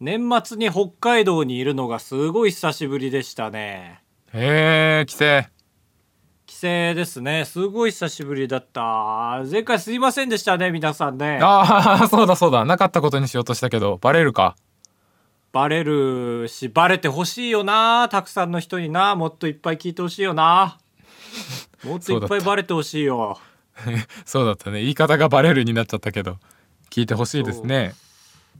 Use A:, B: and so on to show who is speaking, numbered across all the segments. A: 年末に北海道にいるのがすごい久しぶりでしたね。
B: へえ、帰省。
A: 帰省ですね。すごい久しぶりだった。前回すいませんでしたね、皆さんね。
B: ああ、そうだそうだ。なかったことにしようとしたけど、バレるか。
A: バレるし、バレてほしいよな。たくさんの人にな。もっといっぱい聞いてほしいよな。もっといっぱいバレてほしいよ。
B: そうだったね。言い方がバレるになっちゃったけど、聞いてほしいですね。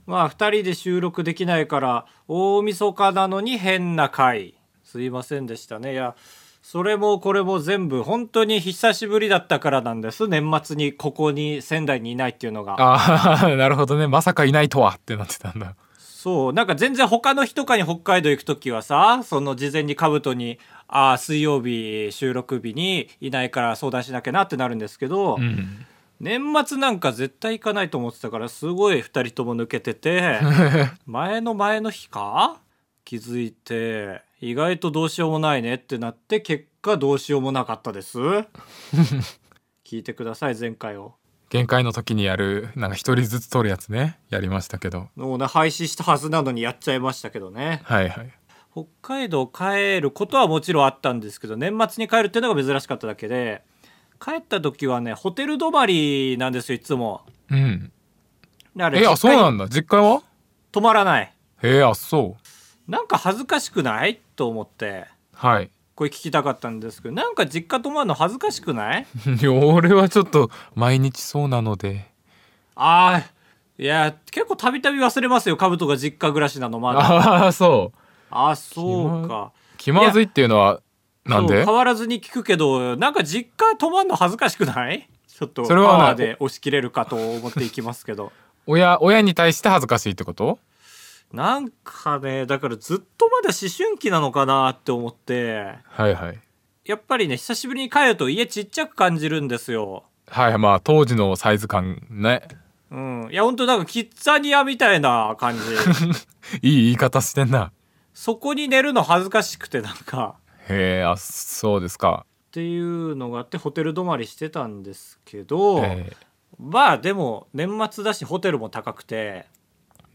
A: まあ、二人で収録できないから、大晦日なのに変な回。すいませんでしたね。いや、それもこれも全部、本当に久しぶりだったからなんです。年末にここに仙台にいないっていうのが。
B: ああ、なるほどね。まさかいないとはってなってたんだ。
A: そう、なんか全然他の日とかに北海道行くときはさ、その事前に兜に、ああ、水曜日収録日にいないから相談しなきゃなってなるんですけど、
B: うん。
A: 年末なんか絶対行かないと思ってたから、すごい二人とも抜けて て、前の前の日か気づいて、意外とどうしようもないねってなって、結果どうしようもなかった です。聞いてください、前回を。
B: 限界の時にやる、なんか一人ずつ取るやつね。やりましたけど。
A: もうね、廃止したはずなのにやっちゃいましたけどね。
B: はいはい。
A: 北海道帰ることはもちろんあったんですけど年末に帰るっていうのが珍しかっただけで帰った時はねホテル泊まりなんですよいつも
B: うん。
A: あれ
B: え、あ、そ
A: 実家
B: うな
A: に
B: んだ。実家は
A: 泊まらない
B: へえ、あ、そう。
A: なんか恥ずかしくないと思って
B: はい。
A: これ聞きたかったんですけどなんか実家泊まるの恥ずかしくない
B: いや俺はちょっと毎日そうなので。
A: あーいや結構たびたび忘れますよカブトが実家暮らしなのまだ
B: ああ、そう。
A: あーそうか
B: 気まずいっていうのは、なん
A: そ
B: で
A: う変わらずに聞くけどなんか実家泊まるの恥ずかしくないちょっと
B: そ
A: パ
B: れはな
A: ワーで押し切れるかと思っていきますけど
B: 親親に対して恥ずかしいってこと
A: なんかねだからずっとまだ思春期なのかなって思って
B: はいはい
A: やっぱりね久しぶりに帰ると家ちっちゃく感じるんですよ
B: はいまあ当時のサイズ感ね
A: うんいやほんとなんかキッザニアみたいな 感じ
B: いい言い方してんな
A: そこに寝るの恥ずかしくてなんか
B: へえあそうですか
A: っていうのがあってホテル泊まりしてたんですけど、
B: え
A: まあでも年末だしホテルも高くて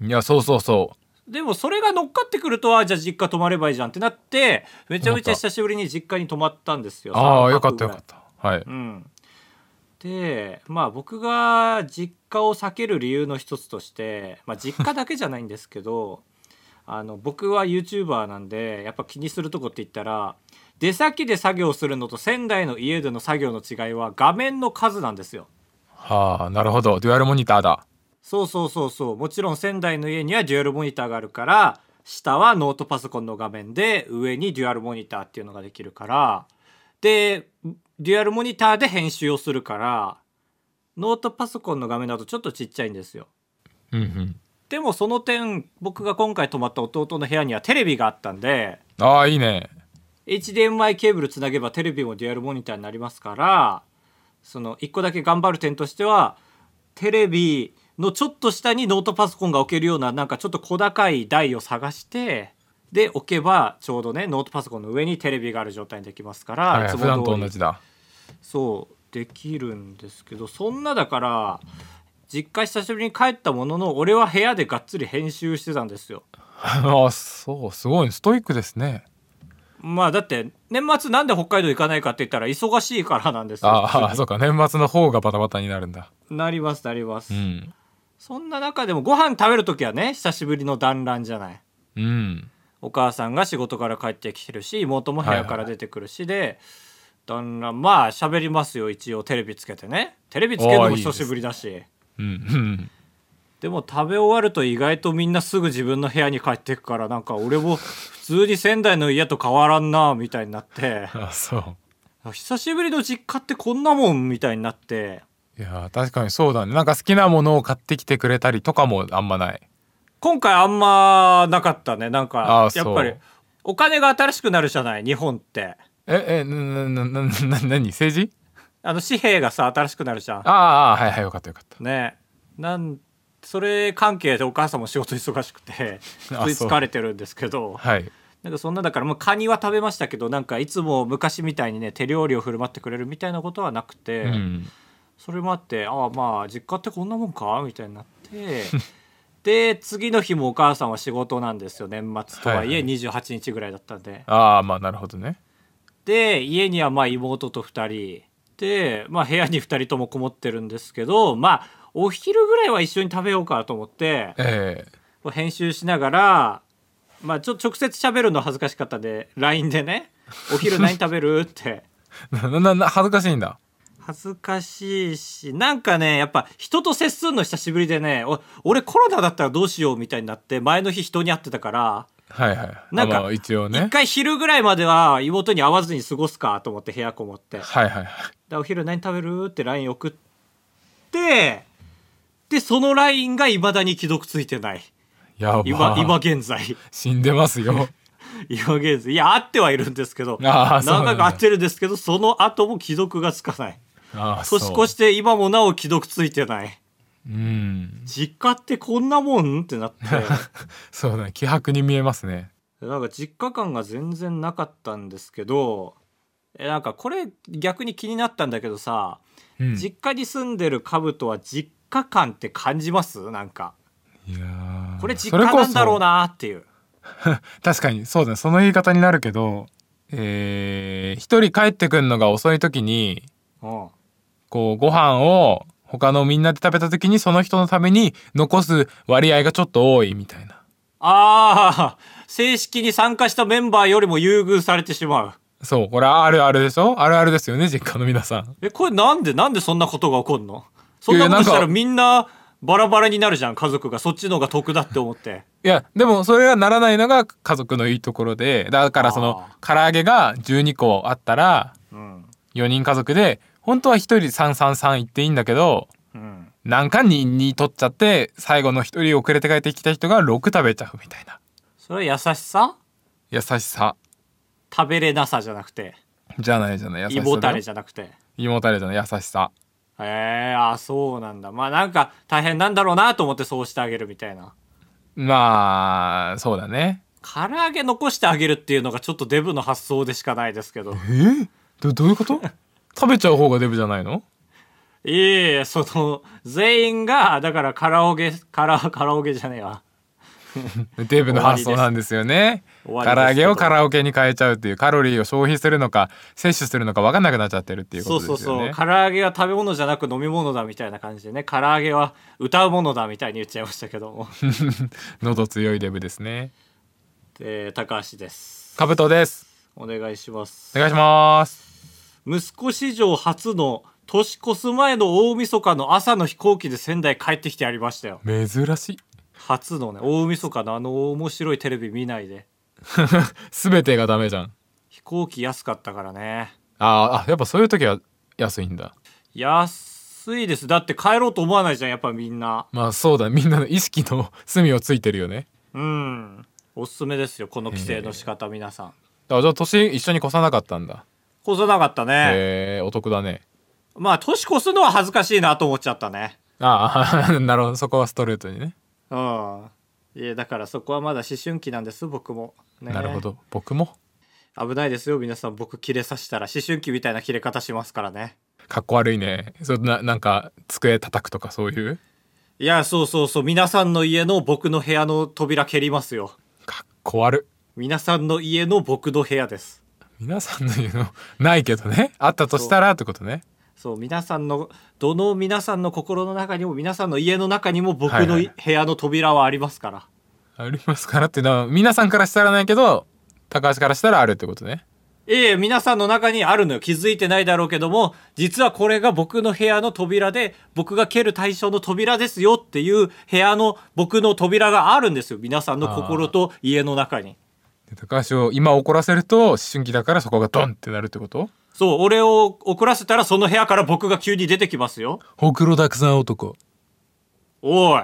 B: えいやそうそうそ
A: でもそれが乗っかってくるとあじゃあ実家泊まればいいじゃんってなってめちゃめちゃ久しぶりに実家に泊まったんです
B: う
A: よ
B: ああ
A: 三
B: よかっ
A: 泊ぐ
B: た
A: らい
B: よかったはい
A: うんでまあ僕が実家を避ける理由の一つとして、まあ、実家だけじゃないんですけど あの僕は YouTuber なんでやっぱ気にするとこって言ったら出先で作業するのと仙台の家での作業の違いは画面の数なんですよ。
B: はあなるほどデュアルモニターだ
A: そうそうそうそうもちろん仙台の家にはデュアルモニターがあるから下はノートパソコンの画面で上にデュアルモニターっていうのができるからでデュアルモニターで編集をするからノートパソコンの画面だとちょっとちっちゃいんですよ
B: うんうん
A: でもその点僕が今回泊まった弟の部屋にはテレビがあったんで
B: ああいいね
A: HDMI ケーブルつなげばテレビもデュアルモニターになりますからその1個だけ頑張る点としてはテレビのちょっと下にノートパソコンが置けるようななんかちょっと小高い台を探してで置けばちょうどねノートパソコンの上にテレビがある状態にできますから、
B: はい
A: い
B: はい
A: つ
B: 普段
A: も
B: と
A: 通
B: 同
A: り
B: じだ
A: そうできるんですけどそんなだから実家久しぶりに帰ったものの俺は部屋でがっつり編集してたんですよ。
B: ああそうすごいストイックですね
A: まあだって年末なんで北海道行かないかって言ったら忙しいからなんですよ。
B: ああそうか年末の方がバタバタになるんだ
A: なりますなります、
B: うん
A: そんな中でもご飯食べる時はね久しぶりの団らんじゃない
B: うん
A: お母さんが仕事から帰ってきてるし妹も部屋から出てくるしで、団らんまあ喋りますよ一応テレビつけてねテレビつけるのも久しぶりだしで
B: うんうん
A: も食べ終わると意外とみんなすぐ自分の部屋に帰ってくからなんか俺も普通に仙台の家と変わらんなみたいにな って
B: ああそう
A: 久しぶりの実家ってこんなもんみたいになって
B: いやー確かにそうだねなんか好きなものを買ってきてくれたりとかもあんまない
A: 今回あんまなかったねなん
B: あ
A: か
B: あ
A: やっぱり
B: そう
A: お金が新しくなるじゃない日本って
B: ええなななな な何政治
A: あの紙幣がさ新しくなるじゃん
B: ああああはいはいよかったよかった
A: ねなんそれ関係でお母さんも仕事忙しくて
B: あ
A: 普通に疲れてるんですけど
B: はい
A: なんかそんなだからもうカニは食べましたけどなんかいつも昔みたいにね手料理を振る舞ってくれるみたいなことはなくて、
B: うん
A: それもあってああまあ実家ってこんなもんかみたいになってで次の日もお母さんは仕事なんですよ年末とはい
B: は
A: え
B: いは
A: 28日ぐらいだったんで、
B: ああまあなるほどね
A: で家にはまあ妹と2人で、まあ、部屋に2人ともこもってるんですけどまあお昼ぐらいは一緒に食べようかと思って
B: え
A: こう編集しながら、まあ、ちょ直接喋るの恥ずかしかったんで LINE でね「お昼何食べる?」って
B: えななな恥ずかしいんだ
A: 恥ずかしいしなんかねやっぱ人と接するの久しぶりでねお俺コロナだったらどうしようみたいになって前の日人に会ってたから
B: はいはい
A: なんか
B: あまあ一応ね
A: 一回昼ぐらいまでは妹に会わずに過ごすかと思って部屋こもって
B: はいはいはい
A: でお昼何食べる?」って LINE 送ってでその LINE がいまだに既読ついてない
B: やば
A: 今今現在
B: 死んでますよ
A: 今現在いや会ってはいるんですけど
B: ああそう
A: 何
B: なんだ
A: 回か会ってるんですけどその後も既読がつかない
B: ああそう
A: 年越して今もなお既読ついてない
B: うん
A: 実家ってこんなもんって なって
B: そうだね気迫に見えますね
A: なんか実家感が全然なかったんですけどえなんかこれ逆に気になったんだけどさ、
B: うん
A: 実家に住んでるカブトは実家感って感じますなんか
B: いやー
A: これ実家なんだろうなーっていう
B: 確かにそうだねその言い方になるけどえー一人帰ってくんのが遅い時に
A: うん
B: こうご飯を他のみんなで食べた時にその人のために残す割合がちょっと多いみたいな
A: ああ正式に参加したメンバーよりも優遇されてしま
B: そうこれあるあるでしょあるあるですよね実家の皆さん
A: うえこれなんでなんでそんなことが起こるのそんなことした
B: いやな
A: ら
B: んか
A: みんなバラバラになるじゃん家族がそっちの方が得だって思って
B: いやでもそれがならないのが家族のいいところでだからその唐揚げが12個あったら
A: うん
B: 4人家族で本当は1人333いっていいんだけど
A: うん
B: 何かに2取っちゃって最後の1人遅れて帰ってきた人が6食べちゃうみたいな
A: それは優しさ
B: 優しさ
A: 食べれなさじゃなくて
B: じゃないじゃない優し
A: 胃
B: さ
A: もたれ
B: じ
A: じゃなくて
B: ゃ胃もたれじゃない優しさ
A: へえあそうなんだまあなんか大変なんだろうなと思ってそうしてあげるみたいな
B: まあそうだね
A: 唐揚げ残してあげるっていうのがちょっとデブの発想でしかないですけど
B: えどどういうこと 食べちゃう方がデブじゃないの
A: いえいえその全員がだからカラオケ カラカラオケじゃねえわ
B: デブの発想なんですよね
A: 終
B: 唐
A: わりです
B: 揚げをカラオケに変えちゃうっていうカロリーを消費するのか摂取するのか分かんなくなっちゃってるっていう
A: そ
B: こ
A: うそ
B: と
A: う
B: ですよ
A: そう
B: ね
A: 唐揚げは食べ物じゃなく飲み物だみたいな感じでね唐揚げは歌うものだみたいに言っちゃいましたけども
B: 喉強いデブですね
A: で高橋です
B: カブトです
A: お願いします
B: お願いします
A: 息子史上初の年越す前の大晦日の朝の飛行機で仙台帰ってきてやりましたよ
B: 珍しい
A: 初のね大晦日のあの面白いテレビ見ないで
B: 全てがダメじゃん
A: 飛行機安かったからね
B: あーあやっぱそういう時は安いんだ
A: 安いですだって帰ろうと思わないじゃんやっぱみんな
B: まあそうだみんなの意識の隅をついてるよね
A: うんおすすめですよこの規制の仕方、皆さん
B: あじゃあ年一緒に越さなかったんだ
A: こそなかったね、
B: へえお得だね
A: まあ年越すのは恥ずかしいなと思っちゃったね
B: ああ なるほどそこはストレートにね
A: うんいやだからそこはまだ思春期なんです僕も、ね、
B: なるほど僕も
A: 危ないですよ皆さん僕切れさせたら思春期みたいな切れ方しますからね
B: かっこ悪いねそんななんか机叩くとかそういう
A: いやそうそうそう皆さんの家の僕の部屋の扉蹴りますよ
B: かっこ悪
A: 皆さんの家の僕の部屋です
B: 皆さんの言うのないけどねあったとしたらってことね
A: そう皆さんのどの皆さんの心の中にも皆さんの家の中にも僕の
B: はいいは
A: 部屋の扉はありますから、
B: ありますからっていうのは皆さんからしたらないけど高橋からしたらあるってことね
A: ええ皆さんの中にあるのよ気づいてないだろうけども実はこれが僕の部屋の扉で僕が蹴る対象の扉ですよっていう部屋の僕の扉があるんですよ皆さんの心と家の中に
B: で高橋を今怒らせると思春期だからそこがドンってなるってこと
A: そう俺を怒らせたらその部屋から僕が急に出てきますよ
B: ほくろたくさん男
A: おい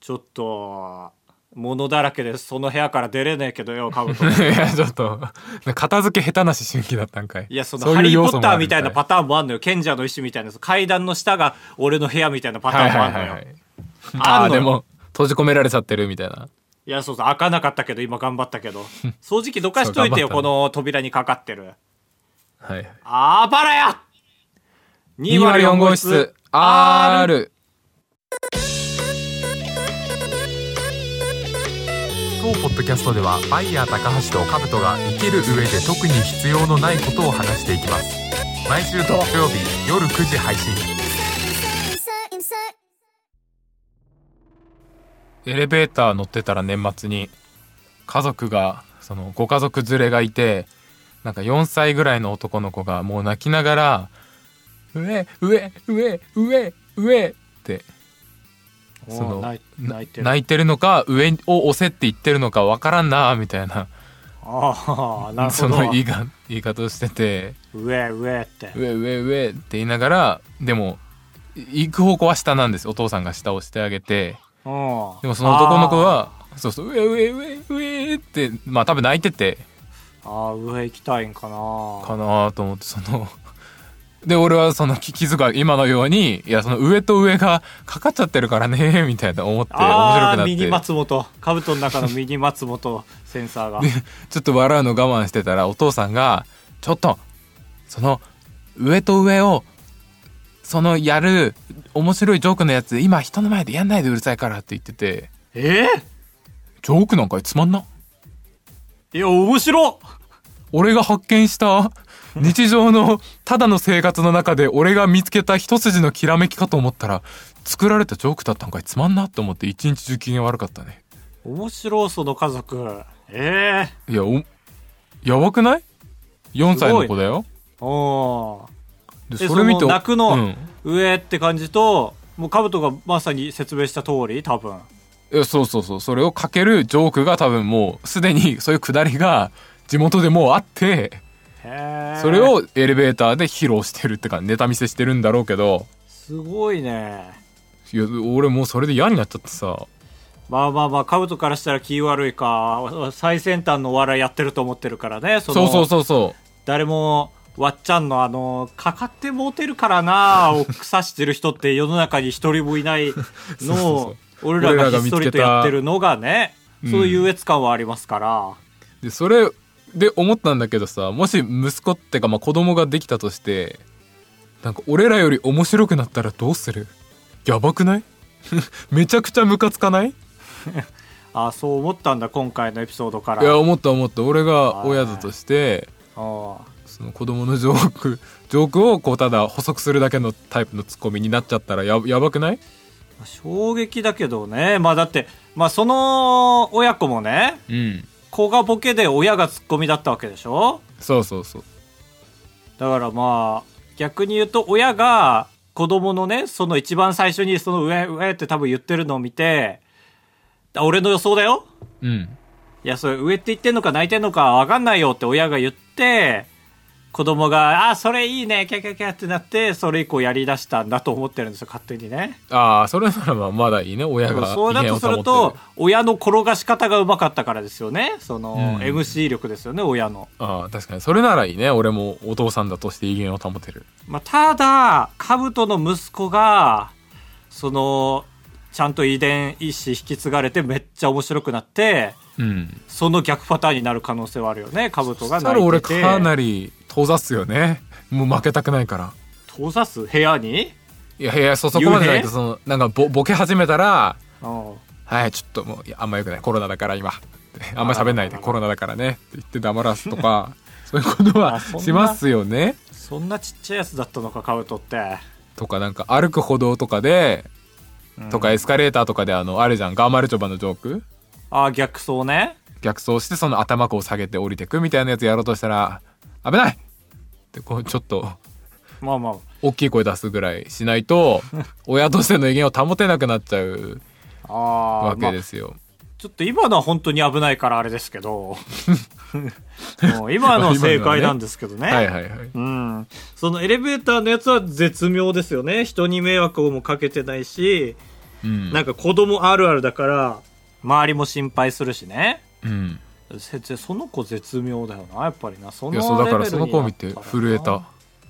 A: ちょっと物だらけでその部屋から出れねえけどよカブ ト
B: いやちょっと片付け下手な思春期だったんかい
A: いやその
B: う
A: ハリ
B: う
A: ー・
B: 要
A: ポ
B: 素
A: ッ
B: も
A: タ
B: あ
A: ー
B: る
A: みたいなパターンもあんのよ賢者の石みたいな階段の下が俺の部屋みたいなパターンもあんのよ、
B: はいはいはい
A: あん
B: あ
A: の
B: あで
A: よ
B: も閉じ込められちゃってるみたいない
A: や、そうそう、開かなかったけど、今頑張ったけ ど。掃除機どかしといてよ、こ
B: そう頑張ったね
A: の扉にかかってる。
B: はいはい
A: あばらや !2
B: 204号室 R
A: る。
B: R 当ポッドキャストではバイヤー高橋とカブトが生きる上で特に必要のないことを話していきます毎週土曜日夜9時配信
C: insert, insert.
B: エレベーター乗ってたら年末に家族がそのご家族連れがいてなんか4歳ぐらいの男の子がもう泣きながら「上上上上上」ってその
A: おー泣い泣いてる
B: 泣いてるのか上を押せって言ってるのかわからんなみたいな
A: ああなるほ
B: そ
A: ど
B: の言いが言い方をしてて
A: 上上って
B: 「上上上」って言いながらでも行く方向は下なんですお父さんが下をしてあげて。
A: うん
B: でもその男の子は、そうそう、うえうえうえうえって、まあ多分泣いてて、
A: あーあー上行きたいんかな
B: かなと思って、その、で、俺はその気気づか、今のように、いや、その上と上がかかっちゃってるからね、みたいな思って、面白
A: あ
B: く
A: あ
B: なっ
A: ミニ
B: て、
A: 松本兜の 中のミニ松本センサーが
B: ちょっと笑うの我慢してたら、お父さんが、ちょっと、その、上と上を、そのやる、面白いジョークのやつ、今人の前でやんないでうるさいからって言ってて、
A: え
B: ジョークなんかつまんな。
A: ー、いや面白っ
B: 俺が発見した日常のただの生活の中で俺が見つけた一筋のきらめきかと思ったら作られたジョークだったんかいつまんなと思って一日中機嫌悪かったね
A: 面白いその家族ええ
B: いやおやばくない ?4 歳の子だよ、
A: ー、おー
B: で
A: でその泣くの、
B: うん
A: 上って感じともう兜がまさに説明した通り多分
B: いやそうそうそうそれをかけるジョークが多分もうすでにそういうくだりが地元でもうあって
A: へえ
B: それをエレベーターで披露してるってかネタ見せしてるんだろうけど
A: すごいね
B: いや俺もうそれで嫌になっちゃってさ
A: まあまあまあ兜からしたら気悪いか最先端のお笑いやってると思ってるからねその
B: そうそうそうそう
A: 誰もわっちゃんのあのかかってもうてるからなを腐してる人って世の中に一人もいないの
B: そう
A: を俺らがひっそりとやってるのがね
B: うん
A: そういう優越感はありますから、
B: でそれで思ったんだけどさもし息子ってかまあ子供ができたとしてなんか俺らより面白くなったらどうするやばくない めちゃくちゃムカつかない
A: ああそう思ったんだ今回のエピソードから
B: いや思った思った俺が親だとして
A: ああ
B: その子供のジョーク ジョークをこうただ補足するだけのタイプのツッコミになっちゃったらややばくない
A: 衝撃だけどねまあだって、まあ、その親子もね
B: うん
A: 子がボケで親がツッコミだったわけでしょ
B: そうそうそう
A: だからまあ逆に言うと親が子供のねその一番最初にその上上って多分言ってるのを見てあ俺の予想だよ
B: うん
A: いやそれ上って言ってんのか泣いてんのかわかんないよって親が言って子供が「あそれいいねキャキャキャ」ってなってそれ以降やりだしたんだと思ってるんですよ勝手にね
B: ああそれならまあまだいいね親が
A: そうだとする
B: 機嫌を保っ
A: と
B: て
A: 親の転がし方がうまかったからですよねその、
B: うん
A: MC 力ですよね親の、
B: ああ確かにそれならいいね俺もお父さんだとして威厳を保てる
A: まあ、ただ兜の息子がそのちゃんと遺伝意思引き継がれてめっちゃ面白くなって
B: うん
A: その逆パターンになる可能性はあるよね兜が
B: そしたら
A: 泣
B: 俺
A: いてて
B: かなり遠ざすよねもう負けたくないから
A: 遠ざす部屋に、
B: いやいやそそこまでじゃないけど
A: 幽閉
B: そのなんかボボケ始めたら
A: うん、
B: はいちょっともういやあんまよくないコロナだから今あんま喋んないで
A: あー
B: コロナだからねって言って黙らす とかそういうことは
A: あそんな
B: しますよね
A: そんなちっちゃいやつだったのか兜って、
B: とかなんか歩く歩道とかで
A: うん
B: とかエスカレーターとかであのあるじゃんガーマルチョバのジョーク
A: あ逆走ね
B: 逆走してその頭こう下げて降りてくみたいなやつやろうとしたら危ないってこうちょっと
A: まあまあ
B: 大きい声出すぐらいしな いと親としての威厳を保てなくなっちゃう
A: あ
B: わ
A: ーま
B: け
A: あ
B: ですよ。
A: ちょっと今のは本当に危ないからあれですけ どもう今のは正解なんですけどね
B: はいはいはい。
A: うん、そのエレベーターのやつは絶妙ですよね人に迷惑をもかけてないし、
B: うん。
A: なんか子供あるあるだから周りも心配するしね
B: うん、
A: せぜその子絶妙だよなやっぱりなそ
B: い
A: の
B: やそうだから
A: レベ
B: そ
A: ルにな
B: の
A: っ
B: 子を見て
A: らな
B: 震えた。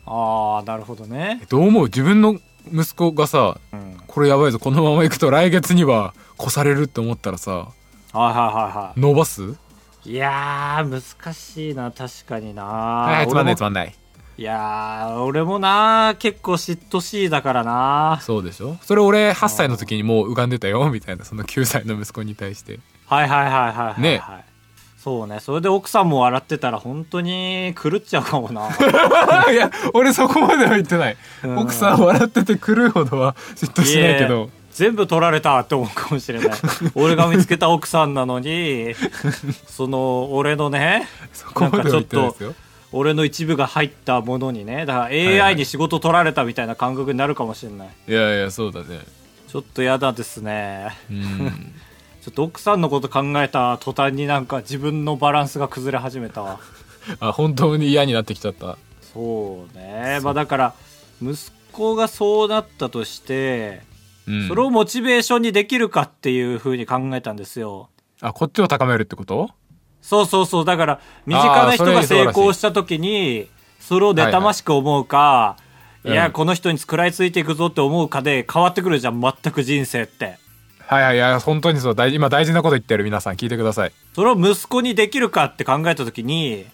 A: ああなるほどね、
B: どう思う自分の息子がさ
A: うん、はい
B: これやばいぞこのまま行くと来月には越されるって思ったらさ
A: はいはいは
B: 伸ばす
A: いいやー難しいな確かにな
B: はいつまんないつ
A: 俺も
B: まんない
A: いやー俺もな結構嫉妬しいだからな
B: そうでしょそれ俺8歳の時にもう浮かんでたよみたいなその9歳の息子に対して
A: はいはいはいはいはいはい
B: ね
A: そうねそれで奥さんも笑ってたら本当に狂っちゃうかも な
B: いや俺そこまでは言ってない
A: うん
B: 奥さん笑ってて狂うほどは嫉妬しないけ
A: いえ
B: ど
A: 全部取られたって思うかもしれない 俺が見つけた奥さんなのにその俺のね
B: そこまでは言ってないですよ
A: 俺の一部が入ったものにねだか
B: い
A: ら
B: は
A: AI
B: い
A: に仕事取られたみたいな感覚になるかもしれない
B: いやいやそうだね
A: ちょっとやだですね
B: うん
A: ちょっと奥さんのこと考えた途端になんか自分のバランスが崩れ始めたわ
B: あ本当に嫌になってきちゃった
A: そうねまあだから息子がそうなったとして、
B: うん
A: それをモチベーションにできるかっていうふうに考えたんですよ
B: あこっちを高めるってこと
A: そうそうそうだから身近な人
B: あ
A: が
B: ーそれ
A: 成
B: は素晴らしい
A: 功した時にそれを妬ましく思うか、い
B: いはいうん
A: やこの人に食らいついていくぞって思うかで変わってくるじゃん全く人生って
B: はいはいいや本当にそう大事今大事なこと言ってる皆さん聞いてください
A: それを息子にできるかって考えた時に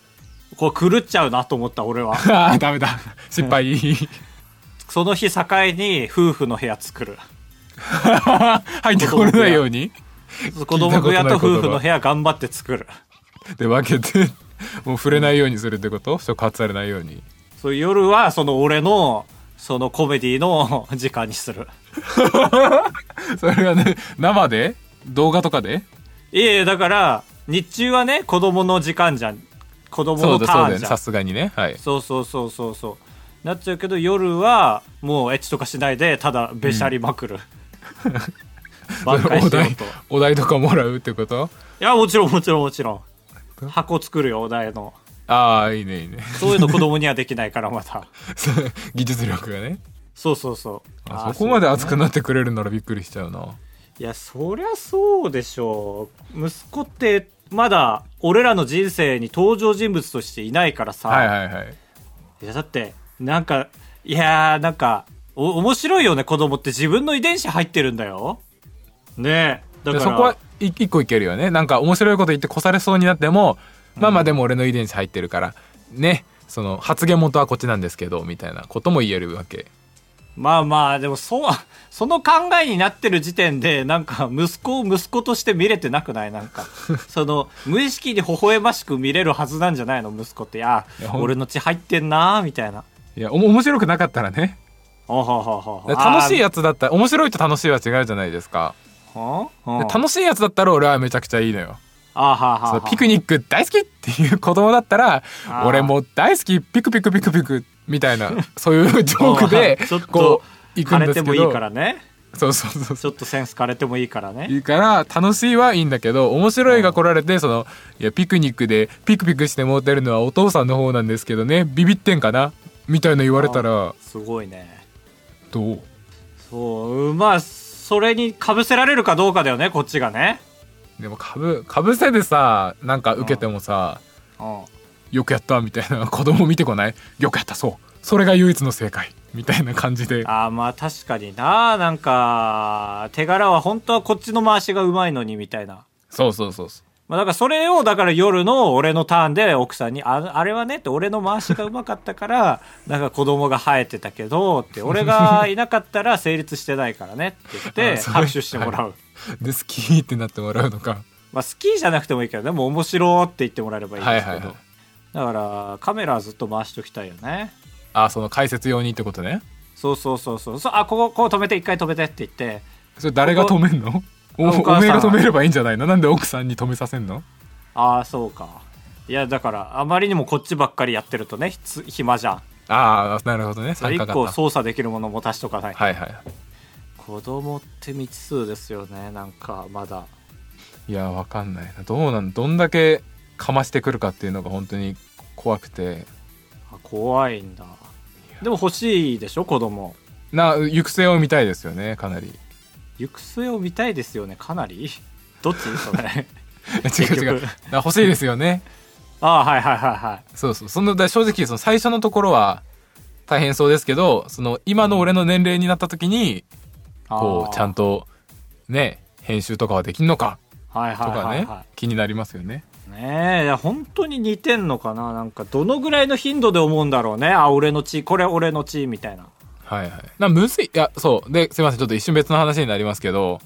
A: こう狂っちゃうなと思った俺は
B: あー ダメだ失 敗
A: その日境に夫婦の部屋作る
B: 入ってこれないよう に
A: 子供部屋と夫婦の部屋頑張って作る
B: で分けてもう触れないようにするってこと触発されないように
A: そう夜はその俺のそのコメディの時間にする
B: それはね生で動画とかで
A: いえいえだから日中はね子供の時間じゃん子供
B: そ
A: の
B: うだ
A: タ
B: そう
A: ー
B: だよ
A: ン
B: ね
A: じゃ
B: さ
A: ん
B: すがにね はい
A: そうそうそうそうそうなっちゃうけど夜はもうエッチとかしないでただべしゃりまくる、 挽回しよ
B: お
A: う
B: 題
A: とい
B: お題とかもらうってこと
A: やもちろんもちろんもちろん箱作るよお題の
B: ああいいねいい ね
A: そういうの子供にはできないからまた
B: そう技術力がね
A: そうそうそう
B: あ
A: ー
B: そこまで
A: う
B: 熱くなってくれるならびっくりしちゃうない
A: やそりゃそうでしょう息子ってまだ俺らの人生に登場人物としていないからさ、
B: はいはいはい
A: いやだってなんかいやーなんかお面白いよね子供って自分の遺伝子入ってるんだよねえだ
B: で
A: から
B: そこはい一個いけるよねなんか面白いこと言ってこされそうになってもまあまあでも俺の遺伝子入ってるからねその発言元はこっちなんですけどみたいなことも言えるわけ
A: まあまあでもそう その考えになってる時点でなんか息子を息子として見れてなくないなん かその無意識に微笑ましく見れるはずなんじゃないの息子っていや
B: いやほん
A: 俺の血入ってんなーみたいない
B: やおも面白くなかったらね
A: おほほほほ
B: 楽しい
A: や
B: やつだったら面白いと楽しいは違うじゃないですかで
A: 楽
B: 楽しいやつだったら俺はめちゃくちゃいいのよ
A: あはは
B: そ
A: は
B: うピクニック大好きっていう子供だったら
A: あー
B: 俺も大好きピクピクピクピクみたいなそういうジョーク で
A: ちょっと
B: こう行く
A: 枯
B: ん
A: れ
B: で
A: て
B: すけ
A: もいい
B: ど
A: からね
B: そうそうそう
A: ちょっとセンス枯れてもいいからね
B: いいから楽しいはいいんだけど面白いが来られてそのいやピクニックでピクピクして持ってるのはお父さんの方なんですけどねビビってんかなみたいな言われたら
A: すごいね
B: どう
A: そうまあそれにかぶせられるかどうかだよねこっちがね
B: でもかぶかぶせでさなんか受けてもさ
A: うん
B: よくやったみたいな 子供見てこないよくやったそうそれが唯一の正解みたいな感じで
A: あーまあ確かにななんか手柄は本当はこっちの回しがうまいのにみたいな
B: そうそうそうそう
A: まあだからそれをだから夜の俺のターンで奥さんに「ああれはね」って俺の回しがうまかったから なんか子供が生えてたけどって俺がいなかったら成立してないからねって言っ
B: あ
A: て
B: それ
A: 拍手してもらう、
B: で好きってなってもらうのか
A: まあ好きじゃなくてもいいけどでも面白って言ってもらえればいいん
B: はい
A: ですけど、
B: はいはい
A: だからカメラはずっと回しときたいよね
B: あその解説用にってことね
A: そうそうそうそうそうあこここう止めて一回止めてって言って
B: それ誰が止めんのお
A: お母さん
B: おめえが止めればいいんじゃないのなんで奥さんに止めさせんの
A: ああそうかいやだからあまりにもこっちばっかりやってるとねひつ暇じゃん
B: ああなるほどね参加
A: 一
B: 型
A: 個操作できるものも足しとかない、
B: はいはい
A: 子供って未知数ですよねなんかまだ
B: いやわかんないなどうなんどんだけかましてくるかっていうのが本当に怖くて
A: あ怖いんだでも欲しいでしょ子供
B: な行く末を見たいですよね かなり
A: 行く末を見たいですよねかなりどっちそ れ
B: 違う違う
A: 結局
B: な欲しいですよね
A: ああはいはいはいはい
B: そうそうそんなだから正直その最初のところは大変そうですけどその今の俺の年齢になった時にこ
A: あー
B: うちゃんとね編集とかはできんのか
A: はいは
B: と
A: いはい
B: か
A: は
B: ね、
A: い、
B: 気になりますよね
A: ねえいや本当に似てんのかななんかどのぐらいの頻度で思うんだろうねあ俺の血これ俺の血みたいな
B: はいはいなむずいいやそうですいませんちょっと一瞬別の話になりますけど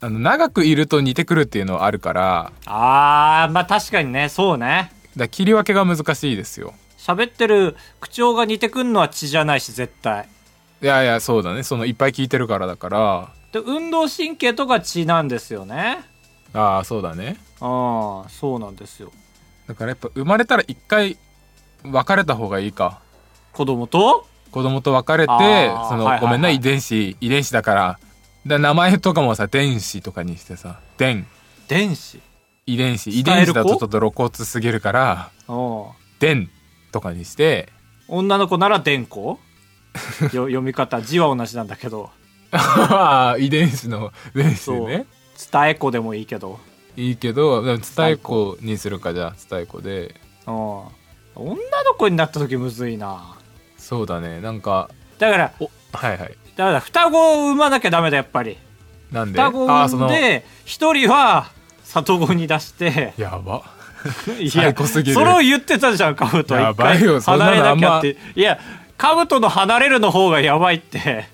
B: あの長くいると似てくるっていうのはあるから
A: あーまあ確かにねそうね
B: だ切り分けが難しいですよ
A: 喋ってる口調が似てくんのは血じゃないし絶対
B: いやいやそうだねそのいっぱい聞いてるからだから
A: で運動神経とか血なんですよね
B: ああそうだね
A: ああそうなんですよ
B: だからやっぱ生まれたら一回別れた方がいいか
A: 子供と
B: 子供と別れて
A: あー
B: その、
A: はいはいはい
B: ごめんな遺伝子遺伝子だからだ名前とかもさ電子とかにしてさ電
A: 電子
B: 遺伝子
A: 伝える子
B: 遺伝子だとちょっと露骨すぎるから
A: うん
B: 電とかにして
A: 女の子なら電子よ読み方字は同じなんだけど
B: あー遺伝子の電子ね
A: 伝え子でもいいけど
B: いいけどでも伝え子にするかじゃあ伝え子で
A: うん女の子になった時むずいな
B: そうだねなんか
A: だから
B: おはいはい
A: だから双子を産まなきゃダメだやっぱり
B: なんで
A: 双子を
B: あーそ
A: 産ん
B: の
A: で一人は里子に出 して
B: やば
A: い
B: 最高すぎる
A: それを言ってたじゃんカブト
B: や
A: 一
B: ば
A: 回
B: いよそん
A: 離
B: な
A: れ
B: のあ
A: なんき
B: ま
A: ゃっていやカブトの離れるの方がやばいって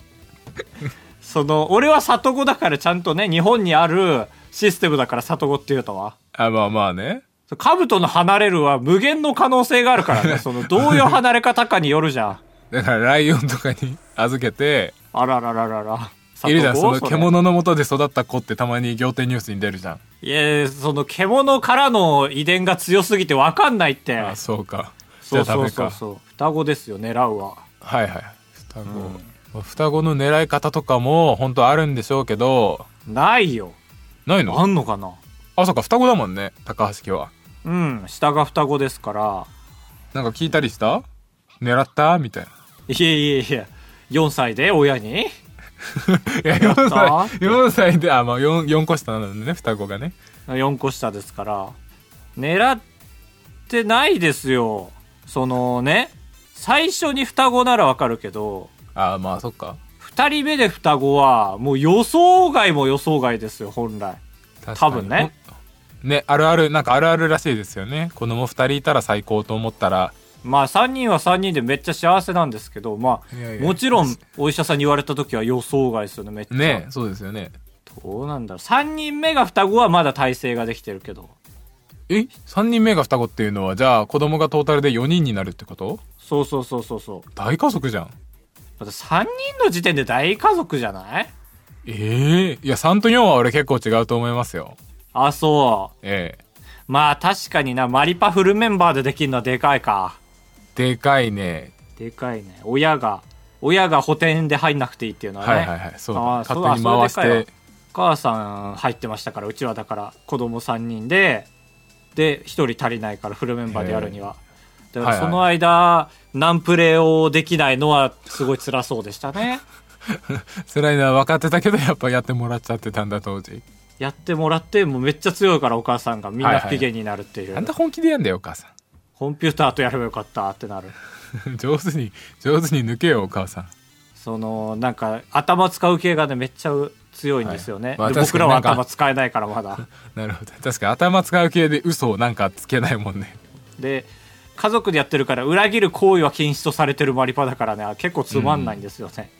A: その俺は里子だからちゃんとね日本にあるシステムだから里子っていうのは
B: あまあまあね
A: そうカブトの離れるは無限の可能性があるからねそのどういう離れ方かによるじゃん
B: だからライオンとかに 預けて
A: あららららら
B: いるじゃん
A: 里子
B: その
A: れ
B: 獣の下で育った子ってたまに仰天ニュースに出るじゃん
A: いやその獣からの遺伝が強すぎて分かんないって
B: あそうかじ
A: そ
B: ゃ
A: う
B: あダ
A: そう
B: メ
A: そう
B: か
A: そう双子ですよ狙うは
B: はいはい双子、双子の狙い方とかも本当あるんでしょうけど
A: ないよ
B: ない
A: あ
B: の
A: んのかな
B: あそうか双子だもんね高橋家は
A: うん下が双子ですから
B: なんか聞いたりした狙ったみたいない
A: やいやいや4歳で親に
B: いや
A: 狙った
B: 4歳4歳であまあ 4, 4個下なんだね双子がね
A: 4個下ですから狙ってないですよそのね最初に双子ならわかるけど
B: あまあそっか
A: 2人目で双子はもう予想外も予想外ですよ本来
B: 確か
A: 多
B: に
A: 分ね
B: ねあるあるなんかあるあるらしいですよね子供2人いたら最高と思ったら
A: まあ3人は3人でめっちゃ幸せなんですけどまあ
B: いやいや
A: もちろんお医者さんに言われた時は予想外ですよねめっちゃ
B: ねそうですよね
A: どうなんだろう3人目が双子はまだ体制ができてるけど
B: え3人目が双子っていうのはじゃあ子供がトータルで4人になるってこと
A: そうそうそうそうそう
B: 大家族じゃん
A: また3人の時点で大家族じゃない
B: ええいや3と4は俺結構違うと思いますよ
A: あそ
B: ええ
A: うまあ確かになマリパフルメンバーでできるのはでかいか
B: でかいね
A: でかいね親が親が補填で入んなくていいっていうのはね、
B: はいはいはいそうだ
A: あー
B: 勝
A: そう
B: 手に
A: あ
B: 回
A: それで
B: し
A: か
B: て
A: お母さん入ってましたからうちはだから子供3人でで1人足りないからフルメンバーでやるにはだから
B: はいは
A: そ
B: い
A: の間、何プレーをできないのはすごい辛そうでしたね
B: 辛いのは分かってたけどやっぱやってもらっちゃってたんだ当時
A: やってもらってもうめっちゃ強いからお母さんがみん
B: は
A: ない
B: はい
A: 不機嫌になるっていう、
B: あんた本気でやんだよお母さ
A: コンピューターとやればよかったってなる
B: ん 上手に上手に抜けよお母さん
A: そのなんか頭使う系がねめっちゃ強いんですよね、
B: はいまあ
A: で
B: 確
A: 僕
B: かに
A: らは
B: なんか
A: 頭使えないからまだ
B: なるほど確かに頭使う系で嘘をなんかつけないもんね
A: で家族でやってるから裏切る行為は禁止とされてるマリパだからね結構つまんないんですよね、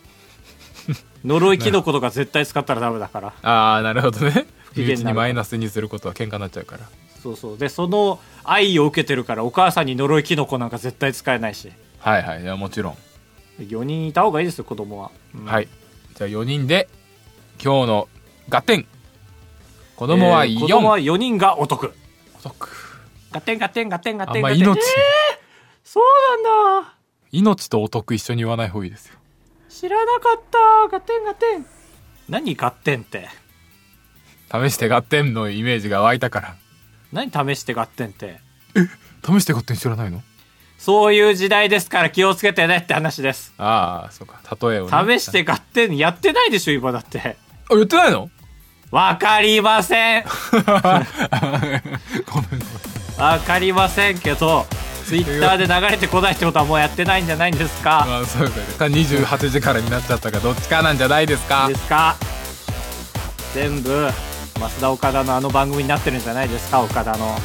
A: 呪いキノコとか絶対使ったらダメだから
B: ああなるほどね
A: 不機
B: 身
A: 嫌
B: 内
A: になる
B: にマイナスにすることは喧嘩になっちゃうから
A: そうそうでその愛を受けてるからお母さんに呪いキノコなんか絶対使えないし
B: はいはいいやもちろん
A: 4人いた方がいいですよ子供は、うん
B: はい。じゃあ4人で、今日の合点子供は
A: えー
B: 4、
A: 子供は4人がお得
B: お得
A: ガテンガテンガテンガ
B: あ
A: テ
B: ん
A: ンガテ
B: ま
A: ン
B: 命、
A: そうなんだ
B: 命とお得一緒に言わない方がいいですよ。
A: 知らなかったガテンガテン何ガッテンって
B: 試して合点のイメージが湧いたから。
A: 何試してガッテンって
B: 試して合点知らないの
A: そういう時代ですから気をつけてねって話です
B: ああ、そうか。例えを、ね。
A: 試してガッテンやってないでしょ今だって
B: あ、言ってな いの
A: わかりません
B: ごめんごめん。
A: わかりませんけどツイッターで流れてこないってことはもうやってないんじゃないんですか
B: まあ、そうか。か28時からになっちゃったか、どっちかなんじゃないですか
A: で。すか全部増田岡田のあの番組になってるんじゃないですか岡田の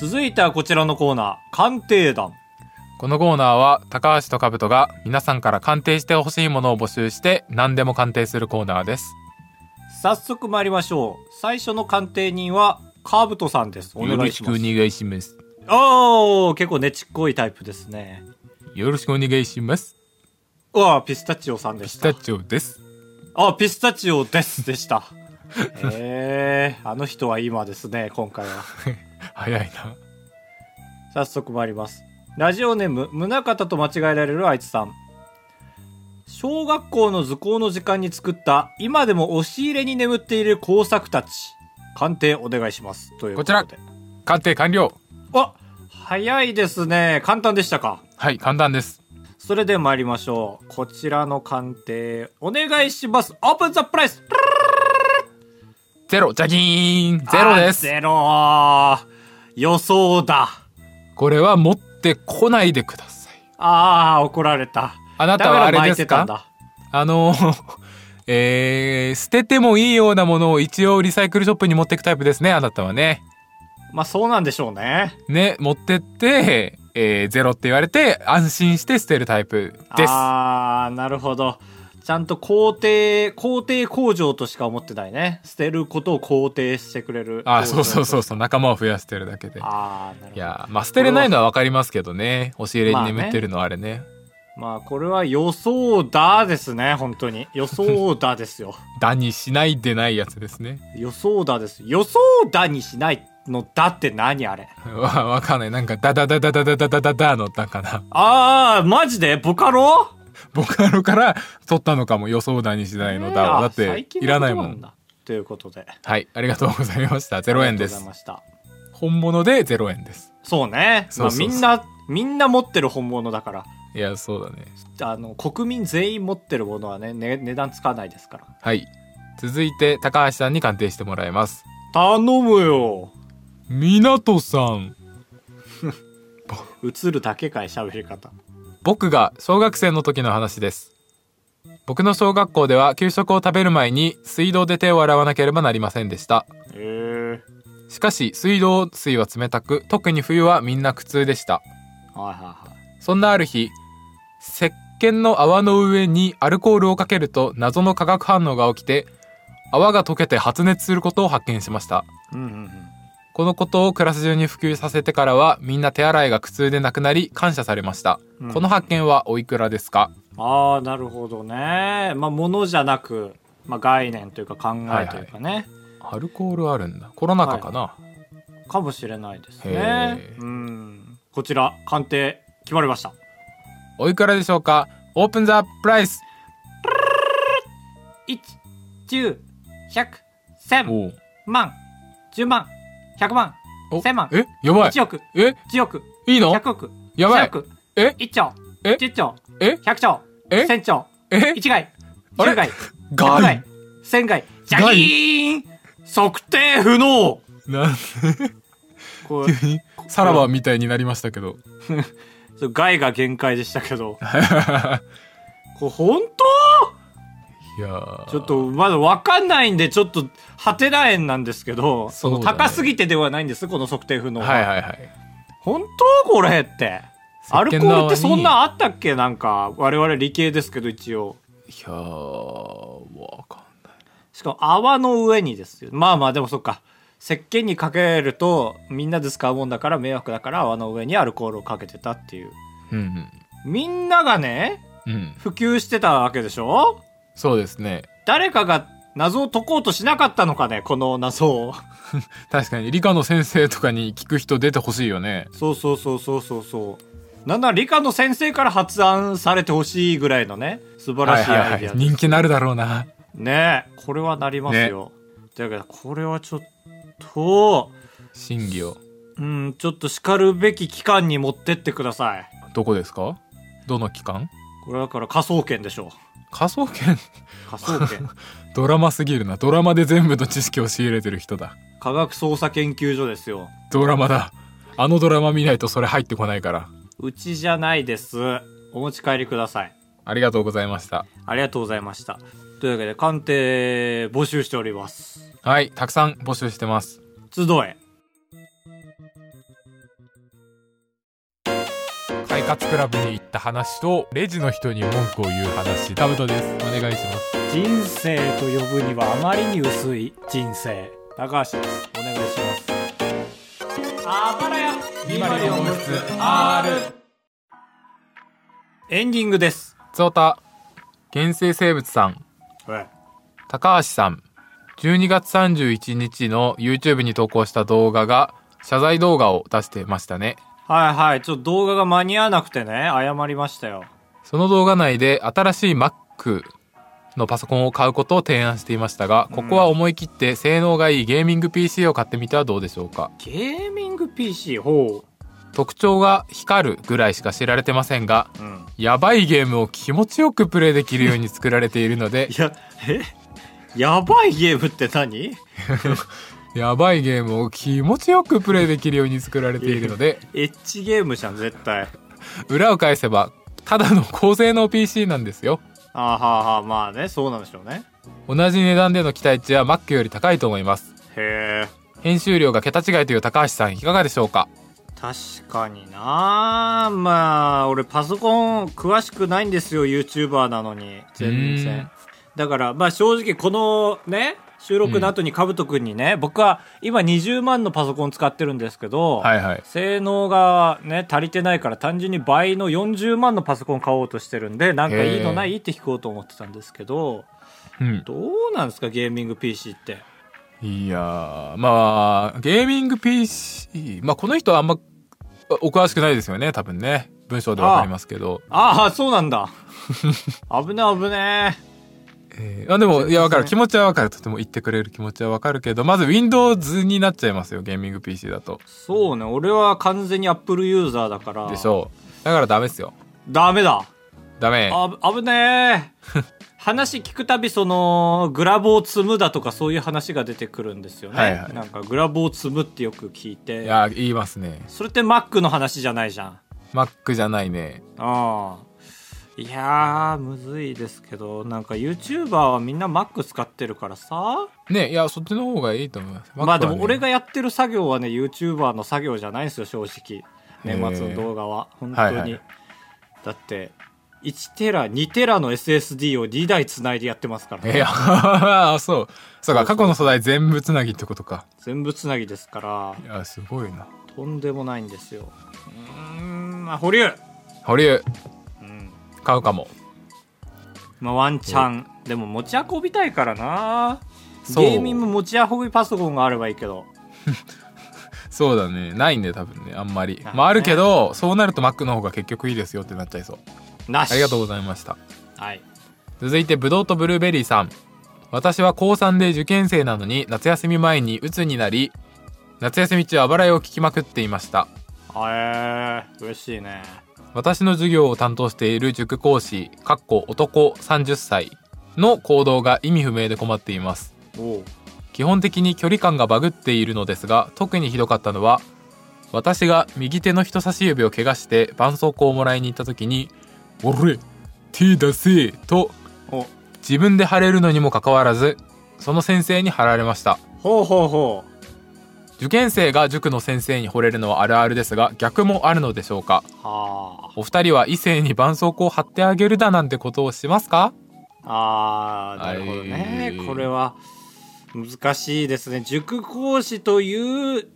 A: 続いてはこちらのコーナー鑑定団
B: このコーナーは高橋と兜が皆さんから鑑定してほしいものを募集して何でも鑑定するコーナーです
A: 早速参りましょう最初の鑑定人はカブトさんですお願いします
B: 願いします
A: おー結構ねちっこいタイプですね
B: よろしくお願いします
A: うわピスタチオさんで
B: ピ
A: し
B: ス
A: た
B: タチオです
A: あピスタチオですでした えー、あの人は今ですね今回は
B: 早いな
A: 早速参りますラジオネーム宗方と間違えられるあいつさん小学校の図工の時間に作った今でも押し入れに眠っている工作たち鑑定お願いしますということで
B: こち鑑定完了
A: あ早いですね簡単でしたか
B: はい簡単です
A: それで参りましょうこちらの鑑定お願いしますオープンザプライス
B: ゼロジャキーンゼロです
A: ゼロ予想だ
B: これは持ってこないでください
A: あー怒られた
B: あなたはあれで
A: だら巻い
B: す
A: てたん
B: か
A: だ
B: あの えー、捨ててもいいようなものを一応リサイクルショップに持っていくタイプですねあなたはね
A: まあそうなんでしょうね
B: ね持ってって、えーゼロって言われて安心して捨てるタイプです
A: ああなるほどちゃんと工程工程工場としか思ってないね捨てることを肯定してくれる
B: あーそうそうそううそう仲間を増やしてるだけで
A: ああなるほ
B: い
A: ど
B: やーまあ捨てれないのはわかりますけどね押し入れに眠ってるのはあれね,、
A: まあこれは予想だですね本当に予想だです よ
B: だにしないでないやつですね
A: 予想だです予想だにしないのだって何あれ
B: わわかんないなんかダダダダダダダダダダのだから
A: あーマジでボカロ
B: ボカロから取ったのかも予想だにしないのだ
A: えーあ
B: わだっ
A: 最
B: て
A: 近
B: い
A: の
B: らない
A: こ
B: も
A: となん
B: ん
A: だということで
B: はいありがとうございました0円で
A: ありが
B: す
A: とうございました
B: 本物で0円です
A: そうね
B: そうそうそう
A: まあ、みんなみんな持ってる本物だから
B: いやそうだね
A: あの国民全員持ってるものはねね値段つかないですから
B: はい続いて高橋さんに鑑定してもらいます
A: 頼むよ
B: 港さん
A: 映るだけかい喋り方
B: 僕が小学生の時の話です僕の小学校では給食を食べる前に水道で手を洗わなければなりませんでした
A: へえ
B: しかし水道水は冷たく特に冬はみんな苦痛でした
A: はいはいはい
B: そんなある日石鹸の泡の上にアルコールをかけると謎の化学反応が起きて泡が溶けて発熱することを発見しました
A: うんうんうん
B: このことをクラス中に普及させてからはみんな手洗いが苦痛でなくなり感謝されました、
A: うん
B: この発見はおいくらですか
A: ああなるほどねまあものじゃなく、まあ、概念というか考えというかね、
B: アルコールあるんだコロナ禍かな、
A: かもしれないです
B: へ
A: ね
B: え
A: うんこちら鑑定決まりました
B: おいくらでしょうかオープンザプライス
A: 191001000
B: お
A: 万10万100万
B: お
A: 1000万
B: えやばい
A: 1億
B: え
A: 1億
B: いいの
A: 100億
B: やばい
A: 1億
B: え
A: 1兆
B: え
A: 10兆
B: え
A: 100兆
B: え
A: 1000兆
B: え
A: 1回
B: あれ
A: 10回100
B: ガイ
A: 回1000回ジャキーン測定不能
B: なん
A: こ
B: 急にさらばみたいになりましたけど
A: う害が限界でしたけどこれ本当
B: いやー
A: ちょっとまだ分かんないんでちょっと果てらえんなんですけど
B: そうだね
A: その高すぎてではないんですこの測定不能は、
B: はいはいはい
A: 本当これってアルコールってそんなあったっけなんか我々理系ですけど一応
B: いやーわかんない
A: しかも泡の上にですよまあまあでもそっか石鹸にかけるとみんなで使うもんだから迷惑だから泡の上にアルコールをかけてたっていう
B: うん
A: みんながね
B: うんうん
A: 普及してたわけでしょ
B: そうですね
A: 誰かが謎を解こうとしなかったのかねこの謎を
B: 確かに理科の先生とかに聞く人出てほしいよね
A: そうそうそうそうそうそうなんなら理科の先生から発案されてほしいぐらいのね素晴らしいアイデアです、
B: 人気なるだろうな
A: ねえこれはなりますよ、だけどこれはちょっと
B: 審議を
A: うんちょっと叱るべき機関に持ってってください
B: どこですかどの機関
A: これだから科捜研でしょ
B: 科捜研
A: う科捜 研
B: ドラマすぎるなドラマで全部の知識を仕入れてる人だ
A: 科学捜査研究所ですよ
B: ドラマだあのドラマ見ないとそれ入ってこないから
A: うちじゃないですお持ち帰りください
B: ありがとうございました
A: ありがとうございましたというわけで鑑定募集しております
B: はいたくさん募集してます
A: 集え
B: 海活クラブに行った話とレジの人に文句を言う話タブトですお願いします
A: 人生と呼ぶにはあまりに薄い人生高橋ですお願いしますあばらやエンディングです
B: ゾータ原生生物さん
A: はい
B: 高橋さん12月31日の YouTube に投稿した動画が謝罪動画を出してましたね
A: はいちょっと動画が間に合わなくてね謝りましたよ
B: その動画内で新しい Mac のパソコンを買うことを提案していましたがここは思い切って性能がいいゲーミング PC を買ってみてはどうでしょうか
A: ゲーミング PC ほ
B: 特徴が光るぐらいしか知られてませんが
A: う、うん、
B: やばいゲームを気持ちよくプレイできるように作られているの で
A: いやえやばいゲームって何
B: やばいゲームを気持ちよくプレイできるように作られているので
A: エッチゲームじゃん絶対
B: 裏を返せばただの高性能 PC なんですよ
A: あーはーはーまあねそうなんでしょうね
B: 同じ値段での期待値は Mac より高いと思います
A: へえ
B: 編集量が桁違いという高橋さんいかがでしょうか
A: 確かになまあ俺パソコン詳しくないんですよ YouTuber なのに全
B: う
A: 然
B: ん
A: だからまあ正直このね収録の後にかぶとくんにね、僕は今20万のパソコン使ってるんですけど、
B: はいはい
A: 性能がね足りてないから単純に倍の40万のパソコン買おうとしてるんでなんかいいのな
B: へ
A: いって聞こうと思ってたんですけど
B: うん
A: どうなんですかゲーミング PC って
B: いやーまあゲーミング PC まあこの人はあんまお詳しくないですよね多分ね文章でわかりますけど
A: ああそうなん だ危ね危ね
B: えーあでもいやわかる気持ちはわかるとても言ってくれる気持ちはわかるけどまず Windows になっちゃいますよゲーミング PC だと
A: そうね俺は完全にアップルユーザーだから
B: でしょうだからダメですよ
A: ダメだ
B: ダメ
A: あ危 ねえ話聞くたびそのグラボを積むだとかそういう話が出てくるんですよね、
B: はいはい
A: なんかグラボを積むってよく聞い
B: い
A: て
B: や言いますね
A: それって Mac の話じゃないじゃん
B: Mac じゃないね
A: ああいやーむずいですけどなんか YouTuber はみんな Mac 使ってるからさ
B: ねいやそっちの方がいいと思います、Mac
A: まあで
B: は
A: も
B: ね
A: 俺がやってる作業はね YouTuber の作業じゃないんですよ正直年末の動画は本当に、
B: はいはい
A: だって1テラ2テラの SSD を2台つないでやってますから、
B: いや あそうそ
A: そ
B: うか
A: う
B: 過去の素材全部つなぎってことか
A: 全部つなぎですから
B: いやすごいな
A: とんでもないんですようーんまあ保留、
B: 保留
A: うん
B: 買うかも
A: まあ、ワンチャンでも持ち運びたいからな
B: そう
A: ゲーミング持ち運びパソコンがあればいいけど
B: そうだねないんで多分ねあんまり、
A: なんかね
B: まああるけどそうなると Mac の方が結局いいですよってなっちゃいそう
A: なし
B: ありがとう
A: う
B: ございました
A: はい
B: 続いてブドウとブルーベリーさん私は高3で受験生なのに夏休み前に鬱になり夏休み中あばらいを聞きまくっていました
A: えー、嬉しいね
B: 私の授業を担当している塾講師かっこ男30歳の行動が意味不明で困っています
A: おう
B: 基本的に距離感がバグっているのですが特にひどかったのは私が右手の人差し指を怪我して絆創膏をもらいに行った時に「俺手出せ!」と
A: お
B: 自分で貼れるのにもかかわらずその先生に貼られました
A: ほうほうほう
B: 受験生が塾の先生に惚れるのはあるあるですが逆もあるのでしょうか
A: は
B: お二人は異性に絆創膏を貼ってあげるだなんてことをしますか
A: ああーなるほどね
B: はい
A: これは難しいですね塾講師という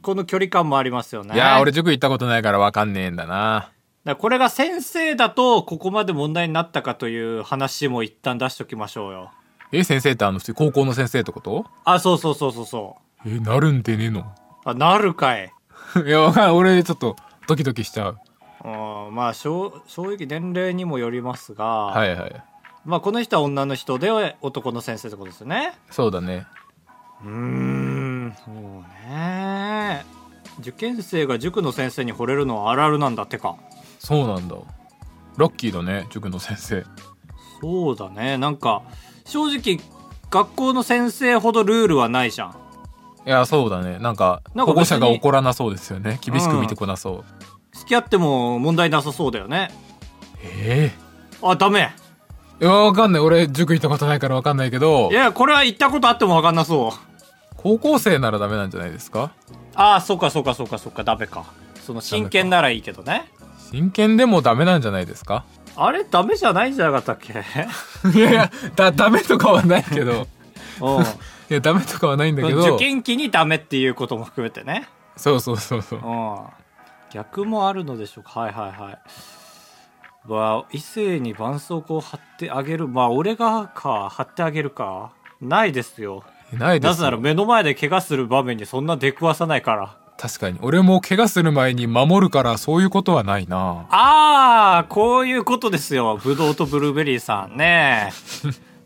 A: この距離感もありますよね
B: いやー
A: だか
B: 俺塾行ったことないからわかんねえんだな
A: らこれが先生だとここまで問題になったかという話も一旦出しときましょうよ
B: え先生ってあの普通高校の先生ってこと
A: あそうそうそうそうそう
B: えなるんでねえの
A: あなるかい
B: いやわかんない俺ちょっとドキドキしちゃう
A: うんまあ正正直年齢にもよりますが、
B: はいはい
A: まあこの人は女の人で男の先生ってことですよね
B: そうだね
A: うーんそうね受験生が塾の先生に惚れるのはあるあるなんだってか
B: そうなんだラッキーだね塾の先生
A: そうだねなんか正直学校の先生ほどルールはないじゃん
B: いやそうだねなんか
A: なん
B: 保
A: か別に
B: 護者が怒らなそうですよね厳しく見てこなそう、
A: 付き合っても問題なさそうだよね
B: え
A: あダメ
B: えいやわかんない俺塾行ったことないからわかんないけど
A: いやこれは行ったことあっても分かんなそう
B: 高校生ならダメなんじゃないですか
A: ああそうかそうかそうかそうかダメかその真剣ならいいけどね
B: 真剣でもダメなんじゃないで すか
A: あれダメじゃないんじゃなかったっ け
B: いやいやだダメとかはないけど
A: うん
B: いやダメとかはないんだけど
A: 受験期にダメっていうことも含めてね
B: そうそうそうそう
A: うん逆もあるのでしょうかはいはいはいわあ異性に絆創膏を貼ってあげるまあ俺がか貼ってあげるかないですよ
B: ないで
A: な
B: す
A: ぜなら
B: よ
A: 目の前で怪我する場面にそんな出くわさないから
B: 確かに俺も怪我する前に守るからそういうことはないな
A: ああこういうことですよブドウとブルーベリーさん ね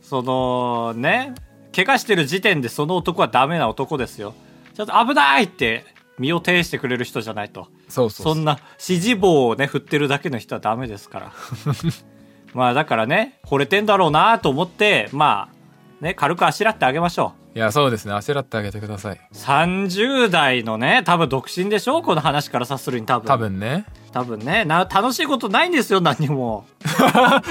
A: そのね怪我してる時点でその男はダメな男ですよちょっと危ないって身を挺してくれる人じゃないと
B: そうそうそ
A: そ
B: うん
A: な指示棒をね振ってるだけの人はダメですから まあだからね惚れてんだろうなと思ってまあね軽くあしらってあげましょう
B: いやそうですね焦らってあげてください
A: 30代のね多分独身でしょこの話から察するに多分
B: 多分ね
A: 多分ねな楽しいことないんですよ何も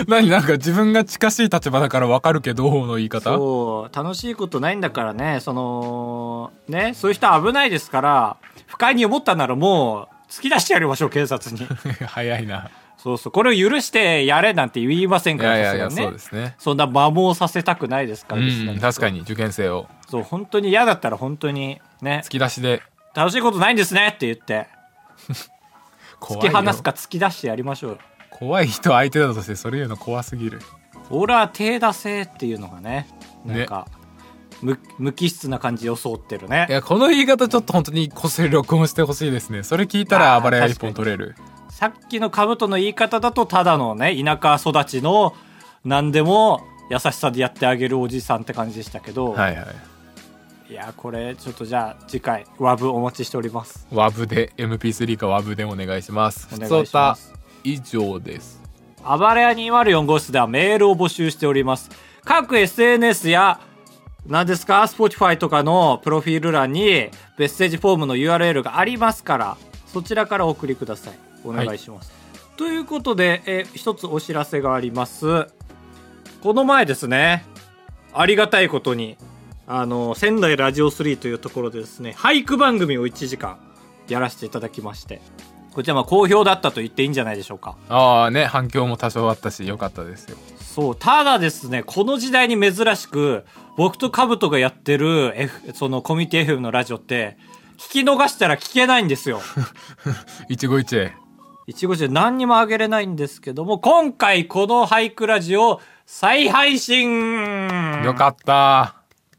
B: 何なんか自分が近しい立場だから分かるけどの言い方
A: そう楽しいことないんだからねそのねそういう人は危ないですから不快に思ったならもう突き出してやりましょう警察 に
B: 早いな
A: そうそうこれを許してやれなんて言いません
B: い
A: から
B: やいやいや
A: さすが
B: そ
A: に
B: う
A: ね
B: ですね
A: そんな摩耗させたくないですか
B: う
A: ら、リスナー
B: ん
A: の人
B: 確かに受験生を
A: そう本当に嫌だったら本当にね
B: 突き出しで
A: 楽しいことないんですねって言って
B: 怖
A: 突
B: い
A: き
B: よ
A: 放すか突き出してやりましょうよ
B: 怖い人相手だとしてそれ言うの怖すぎる
A: 俺は手出せっていうのがね
B: ね
A: なんか、無無機質な感じ装ってるね
B: いやこの言い方ちょっと本当にこっそり録音してほしいですねそれ聞いた
A: あ
B: ら
A: ー
B: 暴れ屋一本取れる
A: さっきのカブトの言い方だとただのね田舎育ちの何でも優しさでやってあげるおじさんって感じでしたけど、
B: はいはい
A: い、やこれちょっとじゃあ次回ワブお待ちしております
B: ワブで MP3 かワブでお願いします
A: お
B: ふ
A: 願い
B: つお
A: しま
B: た
A: す
B: 以上です
A: 暴れ屋204号室ではメールを募集しております。各 SNS や、何ですか、Spotify とかのプロフィール欄にメッセージフォームの URL がありますから、そちらからお送りください。お願いします。ということで、えー一つお知らせがあります。この前ですね、ありがたいことに、あの、仙台ラジオ3というところでですね、俳句番組を1時間やらせていただきまして、こちらまあ好評だったと言っていいんじゃないでしょうか。
B: ああね反響も多少あったし良かったですよ
A: そう、ただですね、この時代に珍しく、僕とカブトがやってる、F、そのコミュニティ FM のラジオって、聞き逃したら聞けないんです よ。
B: 一期一会
A: 一期一会何にもあげれないんですけども、今回この俳句ラジオ再配信
B: よかった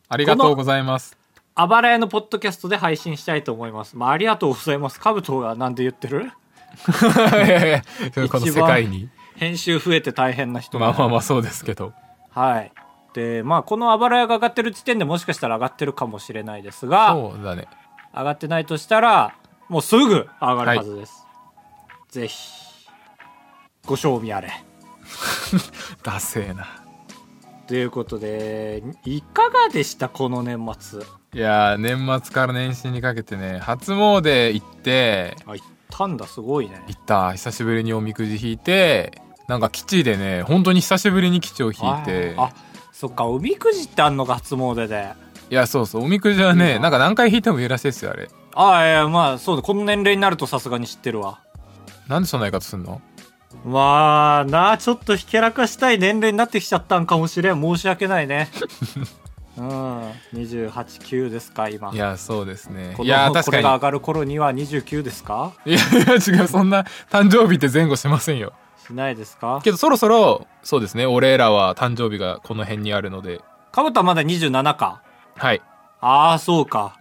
B: ありがとうございます
A: あばらやのポッドキャストで配信したいと思います。まあ、ありがとうございます。カブトがなんで言ってる
B: いやいやそ れこの世界に
A: 編集増えて大変な人
B: ま
A: な
B: あ
A: んで
B: まあまあそうですけど
A: はい。で、まあ、このあばらやが上がってる時点でもしかしたら上がってるかもしれないですが、
B: そうだね
A: 上がってないとしたらもうすぐ上がるはずです、ぜひご賞味あれ
B: ダセーな
A: ということでいかがでしたこの年末
B: いやー年末から年始にかけてね初詣行って
A: あ行ったんだすごいね
B: 行った久しぶりにおみくじ引いてなんか基地でね本当に久しぶりに基地を引いて
A: あそっかおみくじってあんのか初詣で
B: いやそうそうおみくじはね
A: うん
B: なんか何回引いてもいいらしいですよあれ
A: ああいやまあそうだこの年齢になるとさすがに知ってるわ
B: なんでそんな言い方すんの
A: まあなあちょっとひけらかしたい年齢になってきちゃったんかもしれん申し訳ないね うん289ですか今
B: いやそうですね
A: この
B: いや確
A: こ
B: か
A: れ
B: に
A: が上がる頃には29ですか
B: いやいや違うそんな誕生日って前後しませんよ
A: しないですか
B: けどそろそろそうですね俺らは誕生日がこの辺にあるので
A: かぶとはまだ27か
B: はい
A: ああそうか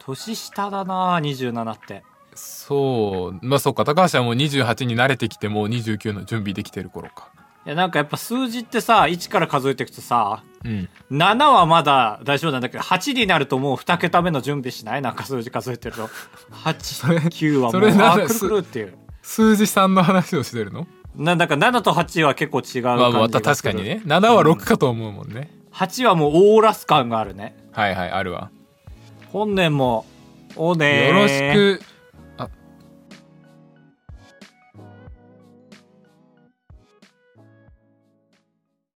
A: 年下だな27って
B: そうまあそっか高橋はもう28に慣れてきてもう29の準備できてる頃か
A: いやなんかやっぱ数字ってさ1から数えていくとさ
B: うん
A: 7はまだ大丈夫なんだけど8になるともう2桁目の準備しないなんか数字数えてると
B: れ
A: 89はも
B: そうれな
A: あ
B: んだ
A: ーくるくるっていう
B: 数字3の話をしてるの
A: なんだか7と8は結構違う感じが
B: まあまあた確かにね7は6かと思うもんね、
A: 8はもうオーラス感があるね
B: はいはいあるわ
A: 本年もおねー
B: よろしく